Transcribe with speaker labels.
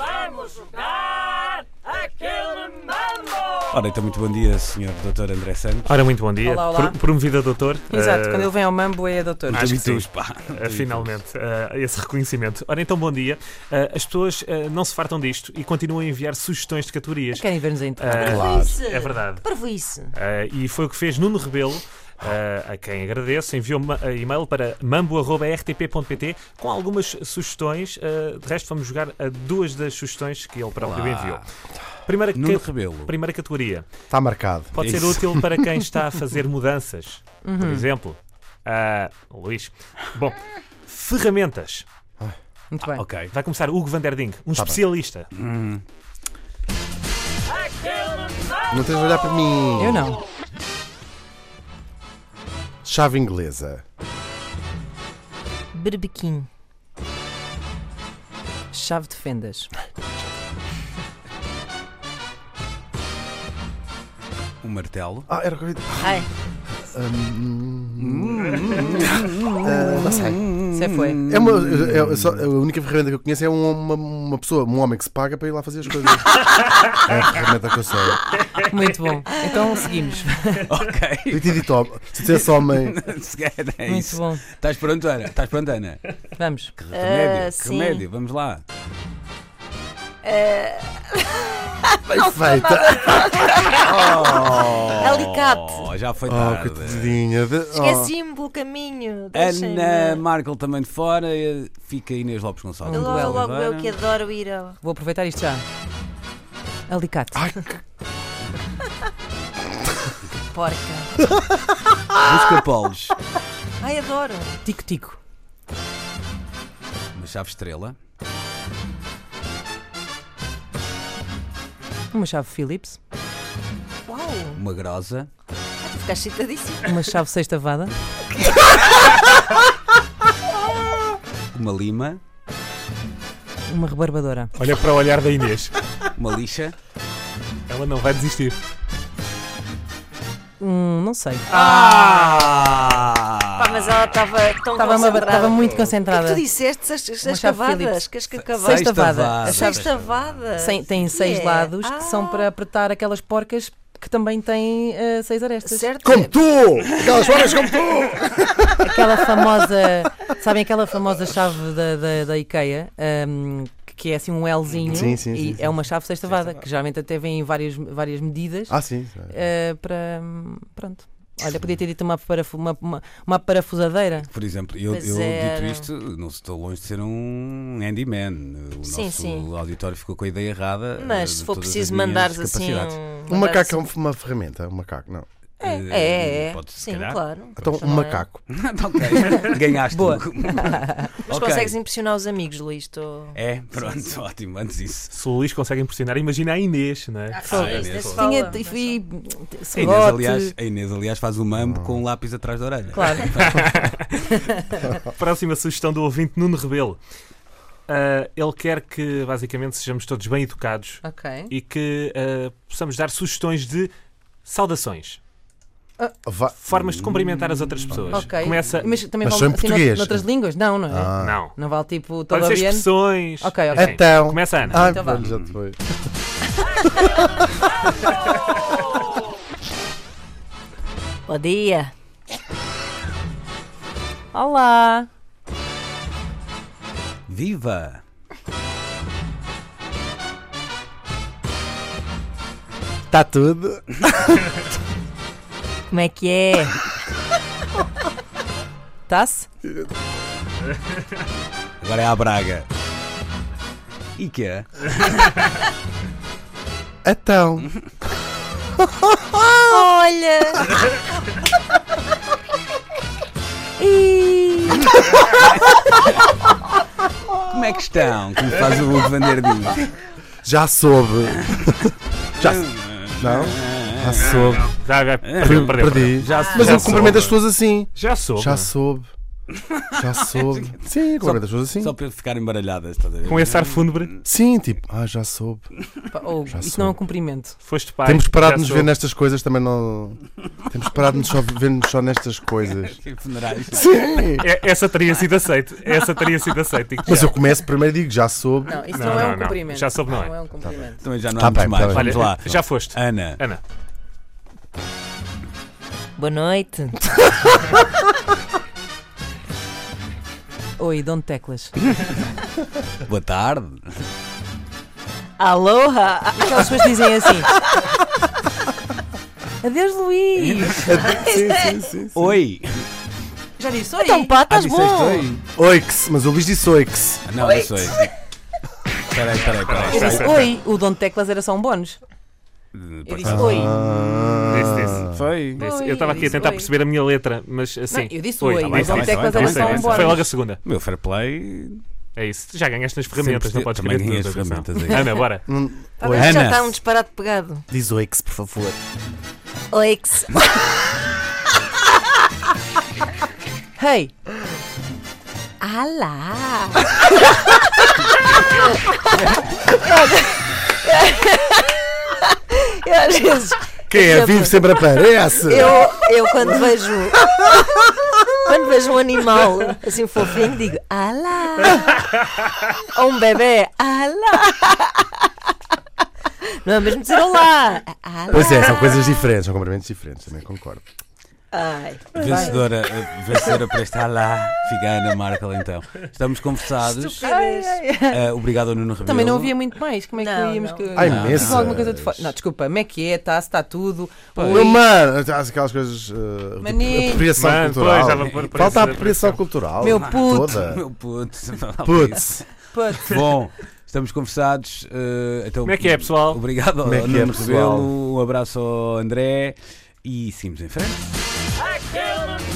Speaker 1: Vamos jogar aquele mambo!
Speaker 2: Ora, então, muito bom dia, Sr. Dr. André Santos.
Speaker 3: Ora, muito bom dia.
Speaker 4: Olá, olá.
Speaker 3: Pro- Promovida, doutor.
Speaker 4: Exato,
Speaker 3: Eh,
Speaker 4: quando ele vem ao mambo é doutor.
Speaker 3: acho que
Speaker 2: Muito
Speaker 3: sim.
Speaker 2: pá.
Speaker 3: eh, Finalmente, eh, esse reconhecimento. Ora, então, bom dia. Eh, As pessoas eh, não se fartam disto e continuam a enviar sugestões de categorias.
Speaker 4: Querem ver-nos em
Speaker 3: Eh,
Speaker 1: Parvoíce.
Speaker 3: É verdade.
Speaker 1: Parvoíce.
Speaker 3: Eh, E foi o que fez Nuno Rebelo, eh, a quem agradeço. Enviou ma- eh, e-mail para mambo.rtp.pt com algumas sugestões. Eh, De resto, vamos jogar a duas das sugestões que ele próprio enviou. Primeira, ca-
Speaker 2: Ah, Nuno Rebelo.
Speaker 3: primeira categoria.
Speaker 5: Está marcado.
Speaker 3: Pode ser
Speaker 2: Isso.
Speaker 3: útil para quem está a fazer mudanças.
Speaker 4: Uhum.
Speaker 3: Por exemplo, ah, Luís. Bom, ferramentas.
Speaker 4: Muito
Speaker 3: ah,
Speaker 4: bem.
Speaker 2: Ok.
Speaker 3: Vai começar Hugo Van der Ding, um especialista.
Speaker 5: Não tens de olhar para mim.
Speaker 4: Eu não.
Speaker 5: Chave inglesa.
Speaker 4: Berbequim. Chave de fendas.
Speaker 2: Um martelo.
Speaker 5: Ah, era o que eu ia
Speaker 4: Ai,
Speaker 5: Ah, Não sei.
Speaker 4: você foi.
Speaker 5: É uma, é- é só- a única ferramenta que eu conheço é um- uma, uma pessoa, um homem que se paga para ir lá fazer as coisas. é a ferramenta que eu sei.
Speaker 4: Muito bom. Então seguimos.
Speaker 5: Eu
Speaker 2: Ok.
Speaker 5: tinha dito, hom- se dissesse homem,
Speaker 2: Sequer é
Speaker 4: Muito
Speaker 2: isso.
Speaker 4: bom.
Speaker 2: Estás pronto, Ana? Estás pronto, Ana? Que
Speaker 4: Vamos.
Speaker 2: remédio? que
Speaker 1: Ah, sim.
Speaker 2: remédio? Vamos lá.
Speaker 5: bem feita.
Speaker 1: Alicate.
Speaker 2: Oh, já foi
Speaker 5: Oh,
Speaker 2: tarde.
Speaker 5: que tadinha. de- oh.
Speaker 1: Esqueci-me pelo caminho. Deixem-me.
Speaker 2: Ah. Ana Markel também de fora. eh, Fica Inês Lopes Gonçalves.
Speaker 1: Logo,
Speaker 4: Manuel
Speaker 1: logo eu que
Speaker 2: Oliveira.
Speaker 1: adoro ir ao.
Speaker 4: Vou aproveitar isto já. Alicate.
Speaker 5: Ai, que
Speaker 1: Porca.
Speaker 2: Busca polos.
Speaker 1: Ai, adoro.
Speaker 4: Tico-tico.
Speaker 2: Uma chave estrela.
Speaker 4: Uma chave Phillips.
Speaker 1: Uau. Ah,
Speaker 2: Uma grosa.
Speaker 1: Tu ficaste excitadíssimo.
Speaker 4: Uma chave sextavada.
Speaker 2: Uma lima.
Speaker 4: Uma rebarbadora.
Speaker 3: Olha para o olhar da Inês.
Speaker 2: Uma lixa.
Speaker 3: Ela não vai desistir.
Speaker 4: Hum, não sei.
Speaker 1: Ah,
Speaker 2: Ah!
Speaker 1: Pá, mas ela estava tão
Speaker 4: Estava-me a-
Speaker 1: concentrada.
Speaker 4: Estava muito
Speaker 1: O que é que
Speaker 4: concentrada.
Speaker 1: tu disseste? As, as,
Speaker 4: Uma
Speaker 1: as
Speaker 4: chave
Speaker 1: cavadas?
Speaker 4: Philips.
Speaker 1: Que as
Speaker 2: Seis
Speaker 1: cacavadas?
Speaker 4: Sextavada.
Speaker 2: tavadas.
Speaker 4: A
Speaker 1: As
Speaker 4: chave-
Speaker 1: seis tavadas?
Speaker 4: Sem- tem
Speaker 1: Que
Speaker 4: seis
Speaker 1: é?
Speaker 4: lados
Speaker 1: Ah,
Speaker 4: que são para apertar aquelas porcas que também têm eh, seis arestas.
Speaker 1: Ah, Certo?
Speaker 5: Como tu! Aquelas horas como tu!
Speaker 4: Aquela famosa. Sabem aquela famosa chave da, da, da IKEA? ahm, que- que é assim um Lzinho.
Speaker 5: Sim, sim,
Speaker 4: e
Speaker 5: sim, sim.
Speaker 4: é uma chave sextavada, que geralmente até vem em várias, várias medidas.
Speaker 5: Ah, sim.
Speaker 4: ah, para. Pronto. Olha, podia ter dito uma, parafu- uma, uma, uma parafusadeira.
Speaker 2: Por exemplo, eu,
Speaker 1: Pois
Speaker 2: eu
Speaker 1: era.
Speaker 2: dito isto, não estou longe de ser um handyman. O
Speaker 1: Sim,
Speaker 2: nosso
Speaker 1: sim.
Speaker 2: auditório ficou com a ideia errada. eh,
Speaker 1: Mas
Speaker 2: de
Speaker 1: se for
Speaker 2: todas as
Speaker 1: preciso
Speaker 2: minhas
Speaker 1: mandares assim.
Speaker 2: capacidades.
Speaker 1: um-
Speaker 5: Um
Speaker 1: mandares
Speaker 5: macaco é uma ferramenta. Um macaco, não.
Speaker 2: Eh,
Speaker 1: assim- É, é, é.
Speaker 2: pode, se
Speaker 1: Sim,
Speaker 2: calhar.
Speaker 1: claro.
Speaker 5: Então,
Speaker 1: Isso
Speaker 5: um
Speaker 1: não é.
Speaker 5: macaco.
Speaker 2: Tá ok, ganhaste. um
Speaker 4: Boa.
Speaker 1: Mas
Speaker 2: Ok.
Speaker 1: consegues impressionar os amigos, Luís. Tô...
Speaker 2: É, pronto, ótimo, antes disso.
Speaker 3: Se o Luís consegue impressionar, imagina a Inês, não é?
Speaker 2: Ah, é
Speaker 1: isso,
Speaker 2: mesmo.
Speaker 1: isso fala.
Speaker 4: Tinha.
Speaker 1: mas
Speaker 2: A
Speaker 4: E,
Speaker 2: Inês, aliás, a Inês, aliás, faz o mambo com um lápis atrás da orelha.
Speaker 4: Claro.
Speaker 3: Próxima sugestão do ouvinte Nuno Rebelo. Ah, ele quer que, basicamente, sejamos todos bem educados
Speaker 4: ok.
Speaker 3: e que ah, possamos dar sugestões de saudações.
Speaker 5: Vá-
Speaker 3: Formas de cumprimentar as outras pessoas.
Speaker 4: Ok.
Speaker 3: Começa.
Speaker 4: Mas também
Speaker 5: Mas
Speaker 4: vão
Speaker 5: só em
Speaker 4: assim,
Speaker 5: português.
Speaker 4: noutras línguas? Não, não é?
Speaker 5: Ah.
Speaker 3: Não.
Speaker 4: Não vale tipo todo
Speaker 3: Pode ser
Speaker 4: aviano?
Speaker 3: expressões.
Speaker 4: Ok, ok.
Speaker 3: Assim,
Speaker 5: Então.
Speaker 3: Começa a Ana.
Speaker 5: Ai,
Speaker 4: Então vá.
Speaker 5: pronto, já te foi.
Speaker 1: Bom dia.
Speaker 4: Olá!
Speaker 2: Viva!
Speaker 5: Está Tá tudo.
Speaker 1: Como é que é?
Speaker 4: Tá-se?
Speaker 2: Agora é a Braga. E que é?
Speaker 5: Então.
Speaker 1: Olha! Ih,
Speaker 2: Como é que estão? Como faz o Hugo Vanderdinho?
Speaker 5: Já soube. Já Não? Já soube.
Speaker 3: Já, já, perdeu, perdeu, perdeu.
Speaker 5: Ah. É. Perdi.
Speaker 2: Já
Speaker 5: Mas
Speaker 3: já
Speaker 5: eu
Speaker 3: soube.
Speaker 5: cumprimento as pessoas assim.
Speaker 3: Já soube.
Speaker 5: Já soube. Já soube. Sim, eu cumprimento as pessoas assim.
Speaker 2: Só para ficar embaralhadas, estás a ver?
Speaker 3: Com esse ar fúnebre,
Speaker 5: Sim, tipo, ah, já soube.
Speaker 4: Pá, Ou,
Speaker 5: Já
Speaker 4: isso
Speaker 5: sou.
Speaker 4: não é um cumprimento.
Speaker 3: foste pai.
Speaker 5: Temos parado
Speaker 3: já
Speaker 5: de nos
Speaker 3: soube.
Speaker 5: ver nestas coisas, também não. Temos parado de só ver-nos só nestas coisas.
Speaker 2: Que funerais.
Speaker 5: Sim!
Speaker 3: É- Essa teria sido aceito. Essa teria sido aceito. digo-te
Speaker 5: Mas
Speaker 3: já.
Speaker 5: eu começo primeiro e digo, já soube.
Speaker 4: Não, isso
Speaker 3: Não,
Speaker 4: não, é
Speaker 3: não,
Speaker 4: um
Speaker 3: não.
Speaker 4: cumprimento.
Speaker 3: Já soube, não é.
Speaker 4: é um cumprimento.
Speaker 2: Também já não
Speaker 5: Tá
Speaker 2: há muito
Speaker 5: bem, tá
Speaker 2: mais.
Speaker 5: bem.
Speaker 2: Vamos
Speaker 3: Olha,
Speaker 2: lá. Ah.
Speaker 3: já foste.
Speaker 2: Ana.
Speaker 3: Ana,
Speaker 1: Boa noite.
Speaker 4: Oi, dono de teclas.
Speaker 2: Boa tarde.
Speaker 1: Aloha. Ah,
Speaker 4: Aquelas pessoas dizem assim. Adeus, Luís.
Speaker 5: É Sim, sim, sim. sim.
Speaker 2: Oi.
Speaker 1: Já disse oi.
Speaker 4: Então, pá,
Speaker 3: Ah,
Speaker 4: estás
Speaker 2: disseste
Speaker 4: bom.
Speaker 2: oi?
Speaker 5: Oix, mas o Luís disse oix.
Speaker 2: Ah, Não, disse oi. Peraí, peraí,
Speaker 4: Eu
Speaker 2: peraí.
Speaker 4: disse oi. O dono de teclas era só um bónus. Eu disse oi.
Speaker 3: disse, disse.
Speaker 2: Foi.
Speaker 3: disse.
Speaker 4: Ah. Oi,
Speaker 3: Eu estava aqui a
Speaker 4: disse
Speaker 3: tentar
Speaker 4: oi.
Speaker 3: perceber a minha letra, mas assim.
Speaker 4: eu disse
Speaker 3: Oi,
Speaker 4: oi.
Speaker 3: tá
Speaker 4: O
Speaker 3: bem, tá
Speaker 4: dono
Speaker 3: bem,
Speaker 2: tá
Speaker 4: de teclas
Speaker 2: bem, tá
Speaker 4: era
Speaker 2: bem,
Speaker 4: só um
Speaker 2: tá bem.
Speaker 3: Foi
Speaker 4: bónus.
Speaker 3: logo a segunda.
Speaker 2: Meu fair play.
Speaker 3: É isso. Já ganhaste nas ferramentas,
Speaker 2: Sempre
Speaker 3: não podes
Speaker 2: também tinha
Speaker 3: querer tudo.
Speaker 2: as
Speaker 3: atenção.
Speaker 2: ferramentas aí.
Speaker 3: Ana, bora.
Speaker 5: Hum,
Speaker 1: Tá
Speaker 5: Oi.
Speaker 1: bem, já
Speaker 2: Ana.
Speaker 1: está um disparate pegado.
Speaker 5: Diz oix, por favor.
Speaker 1: Oi.
Speaker 4: Hey,
Speaker 1: Ah lá. Eu às vezes,
Speaker 5: Quem é vivo sempre aparece.
Speaker 1: eu, eu quando vejo quando vejo um animal assim fofinho, digo ah lá. Ou um bebê, ah lá. Não é mesmo dizer olá. Ah lá.
Speaker 5: Pois é, são coisas diferentes, são complementos diferentes, também concordo.
Speaker 1: Ai.
Speaker 2: Vencedora, eh, vencedora para estar lá. Fica a Ana Markel então. Estamos conversados.
Speaker 1: Ai, ai, ai.
Speaker 2: Eh, obrigado ao Nuno Rebelo.
Speaker 4: também não havia muito mais. Como é que
Speaker 1: Não,
Speaker 4: íamos
Speaker 1: não.
Speaker 4: que.
Speaker 5: Ai,
Speaker 4: Não,
Speaker 5: messas.
Speaker 4: alguma coisa de fora. Não, desculpa, como é que é? Tá, está tudo.
Speaker 5: Meu
Speaker 4: Oi.
Speaker 5: mano, há aquelas coisas. Uh,
Speaker 4: Maninho.
Speaker 5: apropriação
Speaker 3: Mano, pois,
Speaker 5: cultural.
Speaker 3: já vou pôr por
Speaker 5: Falta a
Speaker 3: essa
Speaker 5: apropriação
Speaker 3: pressão.
Speaker 5: cultural.
Speaker 4: Meu puto.
Speaker 5: Toda.
Speaker 2: Meu puto.
Speaker 5: Putz.
Speaker 4: Puto.
Speaker 2: Bom, estamos conversados. eh, então,
Speaker 3: Como é que é, pessoal?
Speaker 2: Obrigado ao
Speaker 5: Como é que é,
Speaker 2: Nuno
Speaker 5: pessoal?
Speaker 2: Rebelo. Um abraço ao André. E seguimos em frente.
Speaker 6: Aquele